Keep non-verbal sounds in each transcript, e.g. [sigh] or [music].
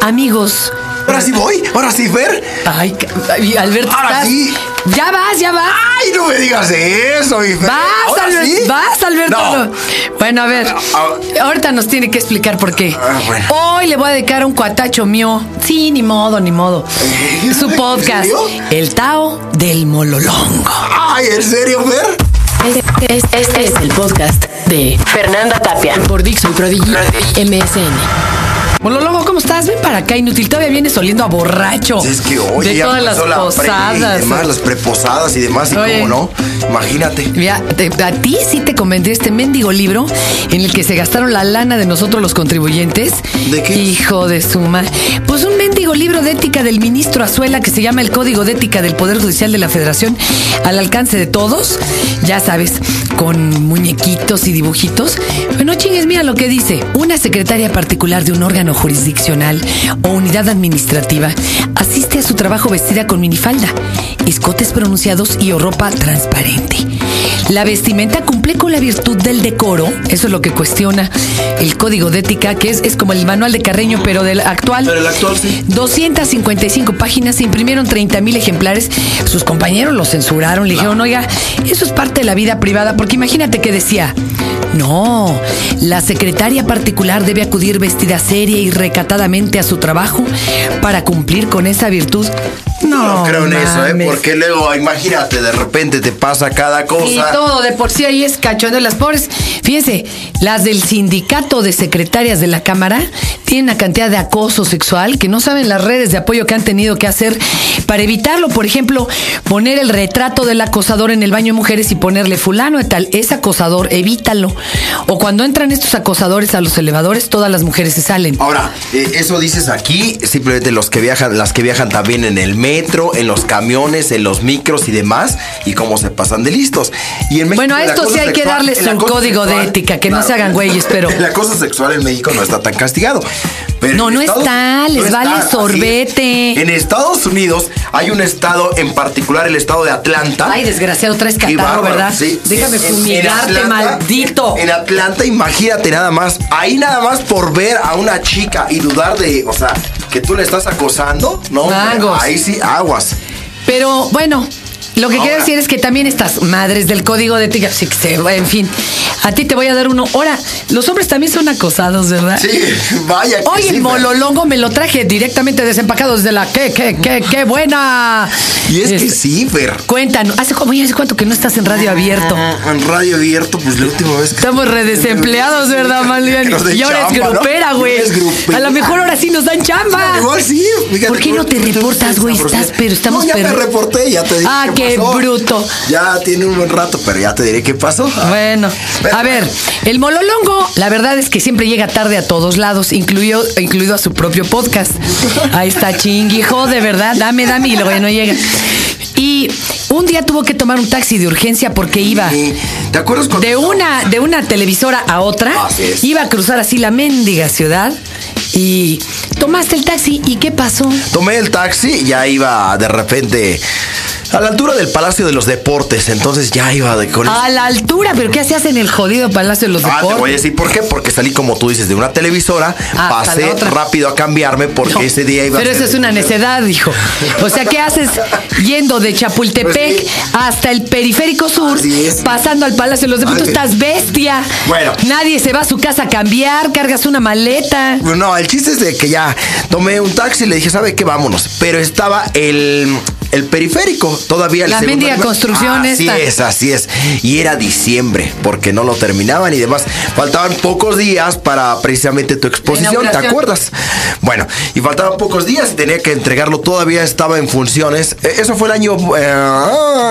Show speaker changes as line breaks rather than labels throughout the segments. Amigos.
Ahora sí voy, ahora sí, Fer.
Ay, ca- ay, Alberto.
Ahora
estás-
sí.
Ya vas, ya vas.
Ay, no me digas eso, mi Fer.
Vas,
Ah, ¿Ahora
Alberto.
sí?
Vas, Alberto.
No.
No. Bueno, a ver.
Ah.
Ahorita nos tiene que explicar por qué.
Ah, bueno.
Hoy le voy a dedicar un cuatacho mío. Sí, ni modo, ni modo.
¿Eh?
Su
¿En
podcast.
serio?
El Tao del Mololongo.
Ay, ¿en serio, Fer?
Este, este- este es el podcast de Fernanda Tapia
Por Dixon Prodigy MSN. Mololongo, ¿cómo estás? Ven para acá, inútil. Todavía vienes oliendo a borracho.
Es que oye,
Oh, De
ya
todas las
pasó la pre
posadas. eh.
Y demás, las preposadas y demás, y
Oye.
cómo no. Imagínate.
Mira, te- a ti sí te comenté este mendigo libro en el que se gastaron la lana de nosotros los contribuyentes.
¿De qué?
Hijo de su madre. Pues un mendigo libro de ética del ministro Azuela que se llama El Código de Ética del Poder Judicial de la Federación al alcance de todos. Ya sabes, con muñequitos y dibujitos. Bueno, chingues, mira lo que dice. Una secretaria particular de un órgano jurisdiccional o unidad administrativa asiste a su trabajo vestida con minifalda, escotes pronunciados y o ropa transparente. La vestimenta cumple con la virtud del decoro, eso es lo que cuestiona el código de ética, que es, es como el manual de Carreño, pero del actual.
Pero el actual, sí.
255 páginas, se imprimieron 30 mil ejemplares, sus compañeros lo censuraron, le dijeron, oiga, eso es parte de la vida privada, porque imagínate que decía, no, la secretaria particular debe acudir vestida seria y recatadamente a su trabajo para cumplir con esa virtud. No,
No creo en eso, ¿eh?
mames.
Porque luego, imagínate, de repente te pasa cada
Y
cosa.
todo de por sí ahí es cachondeo. Las pobres, fíjense, las del sindicato de secretarias de la Cámara tienen una cantidad de acoso sexual que no saben las redes de apoyo que han tenido que hacer para evitarlo. Por ejemplo, poner el retrato del acosador en el baño de mujeres y ponerle fulano de tal. Es acosador, evítalo. O cuando entran estos acosadores a los elevadores, todas las mujeres se salen.
Ahora, eh, eso dices aquí, simplemente los que viajan, las que viajan también en el metro, en los camiones, en los micros y demás, y cómo se pasan de listos. Y en México,
Bueno, a
el
esto
acoso
sí hay que
sexual-
darles un
el acoso
código de ética, que no se hagan güeyes,
[laughs]
pero-
El acoso sexual en México no está tan castigado. Pero
No,
en
no está, les vale
así es.
sorbete.
En Estados Unidos hay un estado en particular, el estado de Atlanta.
Ay, desgraciado, traes
Qué
catarro,
bárbaro,
¿verdad?
sí.
Déjame
En- en
fumigarte,
Atlanta-
maldito.
En Atlanta, imagínate nada más. Ahí nada más por ver a una chica y dudar de, o sea, que tú le estás acosando, ¿no? hombre,
Magos.
Ahí sí, aguas.
Pero bueno, lo que quiero
Ahora.
decir es que también estas madres del código de ética, sí que se- en fin, a ti te voy a dar uno. Ahora, los hombres también son acosados, ¿verdad?
Sí, [laughs] vaya. que
Hoy
sí,
el
pero-
mololongo me lo traje directamente desempacado desde la qué, qué, qué, qué buena.
Y es que
Este,
sí, Fer.
Cuéntanos, ¿hace, como, ¿hace cuánto que no estás en radio abierto?
En radio abierto, pues la última vez que.
Estamos redesempleados, ¿verdad, Malviani?
Nos den
Y ahora es
chamba, ¿no?
grupera, güey.
Y ahora es grupera.
A lo mejor ahora sí nos dan chamba.
Igual sí, fíjate.
Ah. ¿Por qué no te
tú- tú- tú-
reportas, güey? Estás, pero estamos
No, ya me
perdidos.
reporté, ya te dije.
Ah, qué
pasó.
bruto.
Ya tiene un buen rato, pero ya te diré qué pasó.
Bueno, a ver, el Mololongo, la verdad es que siempre llega tarde a todos lados, incluido, incluido a su propio podcast. Ahí está chinguijo, de verdad, dame, dame, y luego ya no llega. Y un día tuvo que tomar un taxi de urgencia porque iba
Y- ¿Te acuerdas cuando.?
de una, de una televisora a otra,
Así es.
iba a cruzar así la mendiga ciudad y tomaste el taxi y ¿qué pasó?
Tomé el taxi, ya iba de repente a la altura del Palacio de los Deportes, entonces ya iba de con
A la altura, pero ¿qué hacías en el jodido Palacio de los
Ah, te voy a
Deportes?
decir por qué, porque salí como tú dices de una televisora,
Ah, hasta la
pasé
otra.
rápido a cambiarme porque
No,
ese día iba a
Pero eso
ser-
es una necedad, hijo. O sea, ¿qué haces yendo de Chapultepec
Pues sí.
hasta el periférico sur,
Así es.
pasando al Palacio de los Deportes?
Así es.
Estás bestia.
Bueno.
Nadie se va a su casa a cambiar, cargas una maleta.
Bueno, No, el chiste es de que ya tomé un taxi y le dije, ¿sabe qué? Vámonos. Pero estaba el, el periférico, todavía el
La
segundo
mendiga
nivel.
construcción
Así
esta.
es, así es. Y era diciembre, porque no lo terminaban y demás. Faltaban pocos días para precisamente tu exposición, ¿te
inauguración.
acuerdas? Bueno, y faltaban pocos días y tenía que entregarlo, todavía estaba en funciones. Eh, Eso fue el año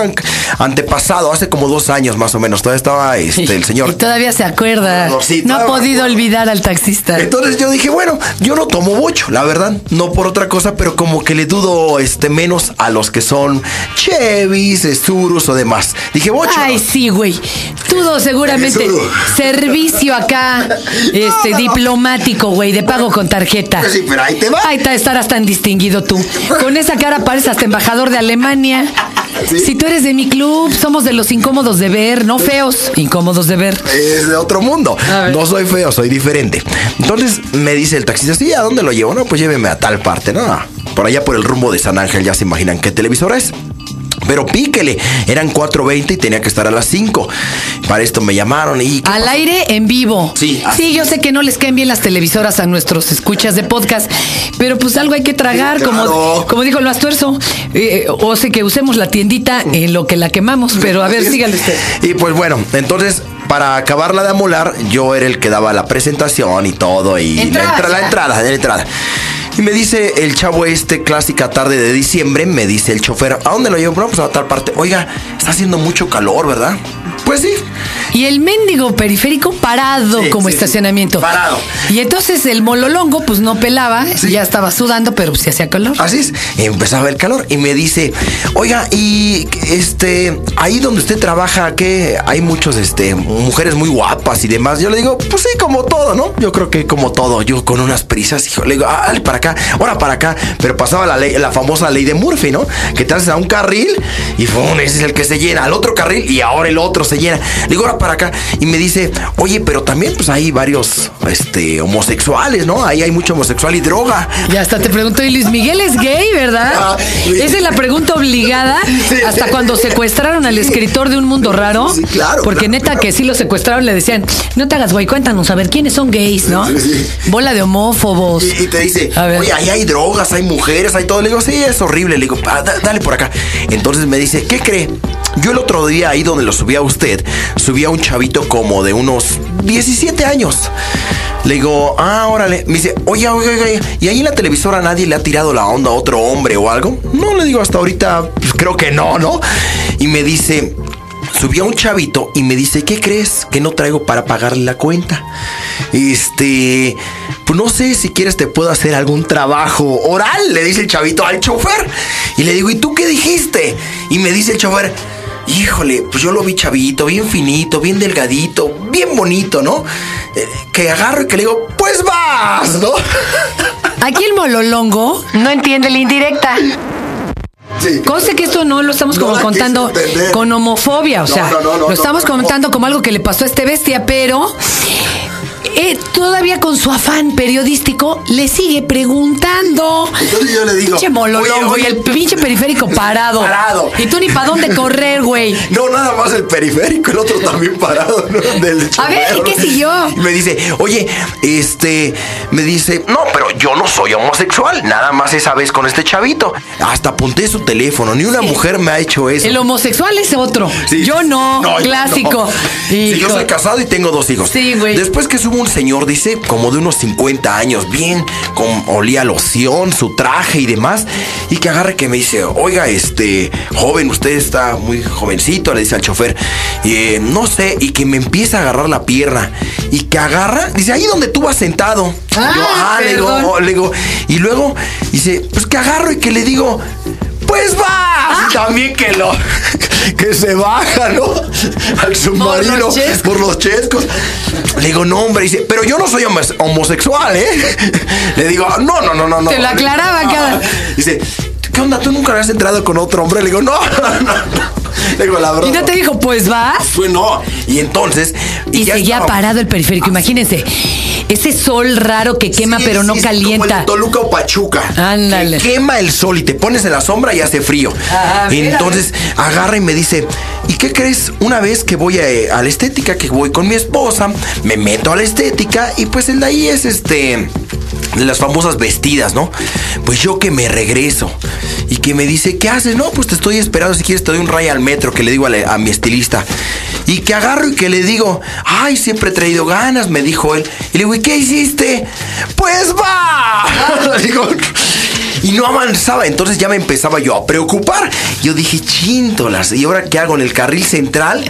eh, antepasado, hace como dos años más o menos. Todavía estaba este, el señor
Y todavía se acuerda.
No, sí,
no ha
todavía me
podido
acuerdo.
olvidar al taxista.
entonces yo dije, bueno, yo no tomo mucho, la verdad, no por otra cosa, pero como que le dudo este menos a los que son Chevys, Surus o demás. Dije, bocho.
Ay, sí, güey. Tú dos seguramente
Eso.
servicio acá, este,
no, no.
diplomático, güey, de pago con tarjeta.
Pues sí, pero ahí te va.
Ahí te estarás tan distinguido tú. Con esa cara pareces hasta embajador de Alemania.
¿Sí?
Si tú eres de mi club, somos de los incómodos de ver, no feos, incómodos de ver.
Es de otro mundo.
A ver.
No soy feo, soy diferente. Entonces me dice el taxista, sí, ¿a dónde lo llevo? No, pues lléveme a tal parte, nada. Por allá por el rumbo de San Ángel, ya se imaginan qué televisor es. Pero píquele, eran 4.20 y tenía que estar a las 5. Para esto me llamaron y...
Al aire en vivo.
Sí, así.
Sí, yo sé que no les caen bien las televisoras a nuestros escuchas de podcast, pero pues algo hay que tragar,
Sí, claro.
como, como dijo el Astuerzo. Eh, o sé que usemos la tiendita
Mm.
en lo que la quemamos, pero a ver, sígale usted.
Y pues bueno, entonces para acabarla de amolar, yo era el que daba la presentación y todo y
Entrada,
la, entra- la
ya.
entrada, la entrada. Y me dice el chavo este, clásica tarde de diciembre, me dice el chofer, ¿a dónde lo llevo? No, pues a tal parte. Oiga, está haciendo mucho calor, ¿verdad? Pues sí.
Y el mendigo periférico parado
Sí,
como
sí, sí.
estacionamiento.
Parado.
Y entonces el mololongo, pues no pelaba,
Sí.
ya estaba sudando, pero pues sí hacía calor.
Así es. Y empezaba el calor y me dice, oiga, y este, ahí donde usted trabaja, que hay muchos, este, mujeres muy guapas y demás. Yo le digo, pues sí, como todo, ¿no? Yo creo que como todo, yo con unas prisas, hijo, le digo, "Ah, dale para acá, ahora para acá. Pero pasaba la ley, la famosa ley de Murphy, ¿no? Que te haces a un carril y ¡fum! ese es el que se llena, al otro carril y ahora el otro se llena. Le digo, ahora para acá. Y me dice, oye, pero también pues hay varios, este, homosexuales, ¿no? Ahí hay mucho homosexual y droga.
Y hasta te pregunto, y Luis Miguel es gay, ¿verdad?
Ah, sí.
Esa es la pregunta obligada hasta cuando secuestraron al escritor de Un Mundo Raro.
Sí, claro,
Porque
claro,
neta
claro.
que sí lo secuestraron, le decían, no te hagas güey, cuéntanos, a ver, ¿quiénes son gays, no? Bola de homófobos.
Y, y te dice,
A ver.
oye, ahí hay drogas, hay mujeres, hay todo. Le digo, sí, es horrible. Le digo, "Pa- da- dale por acá. Entonces me dice, ¿qué cree? Yo el otro día ahí donde lo subí a usted, subí a un chavito como de unos 17 años. Le digo, ah, órale. Me dice, oye, oye, oye, ¿y ahí en la televisora nadie le ha tirado la onda a otro hombre o algo? No, le digo, hasta ahorita pues, creo que no, ¿no? Y me dice, Subí a un chavito y me dice, ¿qué crees que no traigo para pagarle la cuenta? Este, pues no sé si quieres te puedo hacer algún trabajo oral, le dice el chavito al chofer. Y le digo, ¿y tú qué dijiste? Y me dice el chofer, híjole, pues yo lo vi chavito, bien finito, bien delgadito, bien bonito, ¿no? Eh, Que agarro y que le digo, pues vas, ¿no? [laughs]
Aquí el mololongo no entiende la indirecta.
Sí.
Cosa que esto no lo estamos
No
como
la quise
contando
entender.
con homofobia, o
No,
sea,
no, no, no,
lo
no,
estamos
no, no.
comentando como algo que le pasó a este bestia, pero eh, todavía con su afán periodístico le sigue preguntando.
Entonces yo le digo,
Pinche mololongo
"Oye,
y
oye,
el pinche
[laughs]
periférico parado.
Parado.
Y tú ni para dónde correr, güey.
[laughs] No, nada más el periférico, el otro también parado, ¿no? Del
A ver, ¿y
chofer.
qué siguió?
Y me dice, oye, este, me dice, no, pero yo no soy homosexual, nada más esa vez con este chavito. Hasta apunté su teléfono, ni una mujer me ha hecho eso.
El homosexual es otro.
Sí.
Yo no,
yo
clásico.
no. Sí, yo
Hijo.
soy casado y tengo dos hijos.
Sí, güey.
Después que subo un señor, dice, como de unos 50 años, bien, con olía loción, su traje y demás, y que agarre que me dice, oiga, este, joven, usted está muy jovencito, le dice al chofer, eh, no sé, y que me empieza a agarrar la pierna, y que agarra, dice, ahí donde tú vas sentado.
Ah,
Yo, le digo,
perdón.
oh, le digo, y luego dice, pues que agarro y que le digo, pues vas.
Ah.
Y También que lo, [laughs] que se baja, ¿no? Al submarino.
los chescos.
Por los chescos. Le digo, no, hombre, dice, pero yo no soy homo- homosexual, ¿eh? [laughs] Le digo, no, no, no, no, no.
Te lo aclaraba cada-
[laughs] Dice, ¿qué onda? ¿Tú nunca habías entrado con otro hombre? Le digo, no, [laughs] no, no. no". Le digo, la verdad.
Y no te dijo, pues vas.
Pues no. Y entonces.
Y,
ya
seguía
estaba- Ah.
parado el periférico, imagínense. Ese sol raro que quema
Sí,
pero
sí,
no
sí, Como
calienta.
el Toluca o Pachuca.
Ándale.
Que quema el sol y te pones en la sombra y hace frío.
Ah, ah, mira.
Entonces agarra y me dice, ¿y qué crees? Una vez que voy a, eh, a la estética, que voy con mi esposa, me meto a la estética y pues el de ahí es este... Las famosas vestidas, ¿no? Pues yo que me regreso y que me dice, ¿qué haces? No, pues te estoy esperando, si quieres te doy un rayo al metro, que le digo a, la- a mi estilista. Y que agarro y que le digo, ay, siempre he traído ganas, [laughs] me dijo él. Y le digo, ¿y qué hiciste? Pues va. Le digo, y no avanzaba. Entonces ya me empezaba yo a preocupar. Yo dije, chintolas, ¿y ahora qué hago en el carril central?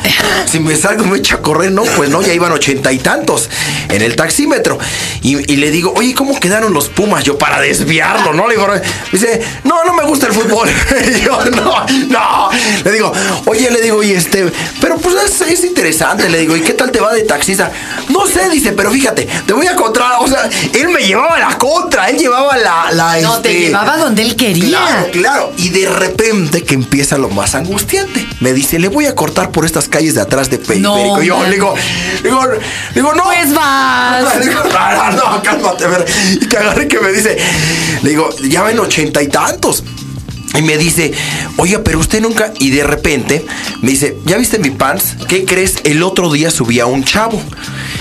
Si me salgo, me echo a correr. No, pues no, ya iban ochenta y tantos en el taxímetro. Y, y le digo, oye, ¿cómo quedaron los Pumas? Yo para desviarlo, ¿no? Le digo, me dice, no, no me gusta el fútbol. [laughs] Y yo, no, no. Le digo, oye, le digo, y este, pero pues es, es interesante. Le digo, ¿y qué tal te va de taxista? No sé, dice, pero fíjate, te voy a contra. O sea, él me llevaba la contra, él llevaba la. la
No, te
este,
llevaba donde él quería.
Claro, claro. Y de repente que empieza lo más angustiante. Me dice, le voy a cortar por estas calles de atrás de Periférico.
No,
yo
man.
le digo, digo, digo, no.
Pues
[laughs]
vas.
Le digo, "Rara, no, cálmate, a ver". Y que agarre que me dice, le digo, ya ven ochenta y tantos. Y me dice, oye, pero usted nunca. Y de repente me dice, ¿ya viste mi pants? ¿Qué crees? El otro día subí a un chavo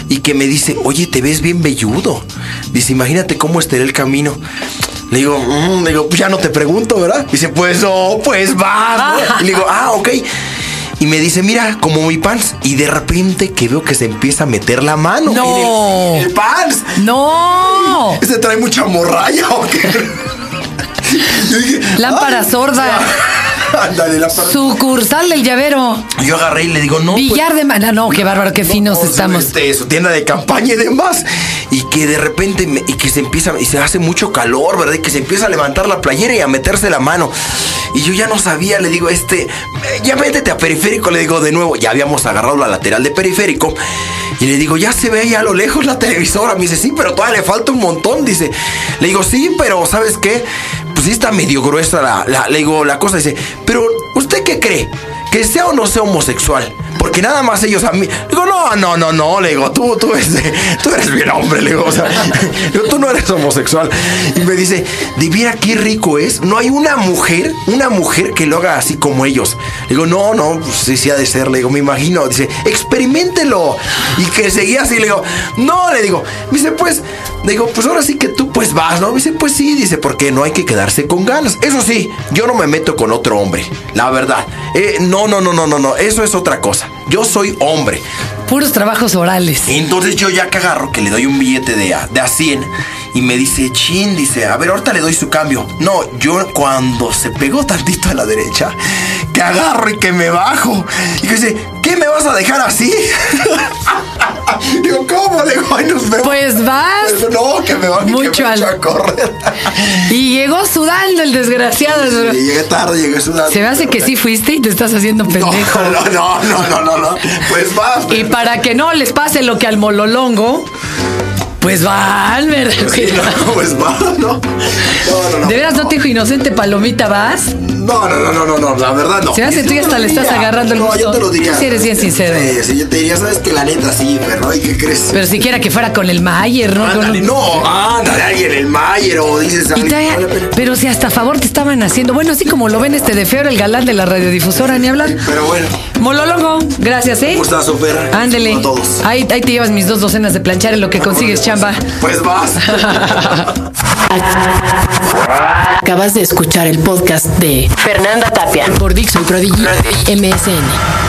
y que me dice, oye, te ves bien velludo. Dice, imagínate cómo estará el camino. Le digo, "Mm", le digo, "Pues ya no te pregunto, ¿verdad? Dice, pues no, pues va. ¿no?". Y le digo, ah, ok. Y me dice, mira, como mi pants. Y de repente que veo que se empieza a meter la [laughs] mano.
No.
en el- el pants.
No.
¿Ese trae mucha morralla o qué? [laughs] Yo dije,
Lámpara
"Ay".
sorda.
[laughs] Ándale, lámpara.
Sucursal del llavero.
Yo agarré y le digo, no. pues,
Billar de mana. No, qué bárbaro, qué finos
no, su-
estamos.
este, su tienda de campaña y demás. Y que de repente, me- y que se empieza, y se hace mucho calor, ¿verdad? Y que se empieza a levantar la playera y a meterse la mano. Y yo ya no sabía, le digo, este, eh, ya métete a periférico, le digo de nuevo. Ya habíamos agarrado la lateral de periférico. Y le digo, ya se ve ahí a lo lejos la televisora. Me dice, sí, pero todavía le falta un montón. Dice, le digo, sí, pero ¿sabes qué? Pues sí está medio gruesa la, la- le digo, la cosa. Dice, pero ¿usted qué cree? que sea o no sea homosexual. Porque nada más ellos a mí. Digo, no, no, no, no. Le digo, tú, tú, este, tú eres bien hombre. Le digo, o sea, [laughs] digo, tú no eres homosexual. Y me dice, de viera qué rico es. No hay una mujer, una mujer que lo haga así como ellos. Le digo, no, no, pues, sí, sí ha de ser. Le digo, me imagino. Dice, experimentelo. Y que seguía así. Le digo, no, le digo. Me dice, pues, le digo, pues ahora sí que tú pues vas, ¿no? Me dice, pues sí. Dice, porque no hay que quedarse con ganas. Eso sí, yo no me meto con otro hombre. La verdad. Eh, no, no, no, no, no, no. Eso es otra cosa. Yo soy hombre.
Puros trabajos orales.
Entonces yo ya que agarro que le doy un billete de a, de a 100 y me dice, chin, dice, a ver, ahorita le doy su cambio. No, yo cuando se pegó tantito a la derecha, que agarro y que me bajo. Y que dice, ¿qué me vas a dejar así? [laughs] Digo, ¿cómo? Le digo, ay, nos vemos.
Pues vas.
Pues, no, que me va que me
Mucho
echo
al- [laughs]
a correr.
Y llegó sudando el desgraciado.
Y llegué tarde, llegué sudando.
Se me hace que sí fuiste y te estás haciendo
No,
pendejo.
[laughs] no, no, no, no, no, no. Pues vas.
Y para que no les pase lo que al mololongo, pues van, ¿verdad?
Sí,
[laughs]
no, pues vas, no. No, no, no.
De veras no te dijo inocente palomita, vas.
No, no, no, no, no, no, la verdad no.
Se me hace
Yo
tú ya
te
hasta
lo
le estás
diría.
agarrando el
No,
gusto.
yo te lo diría.
Tú sí eres bien sincero.
Sí, sí, yo te diría, sabes que la neta sí, pero ¿y qué crees?
Pero siquiera que fuera con el Mayer, ¿no? Con
Ándale,
un-
no, ándale, alguien, el Mayer o dices
Y
"Ay,
todavía-
vale la pena".
pero si hasta a favor te estaban haciendo. Bueno, así como lo ven este de feo, el galán de la radiodifusora, ni hablar.
Pero bueno,
Mololongo, gracias, ¿eh?
¿cómo estás, Ofer?
Ándele.
A todos.
Ahí, ahí te llevas mis dos docenas de planchar en lo que consigues chamba.
Pues vas.
[laughs]
Acabas de escuchar el podcast de Fernanda Tapia por Dixon Prodigy MSN.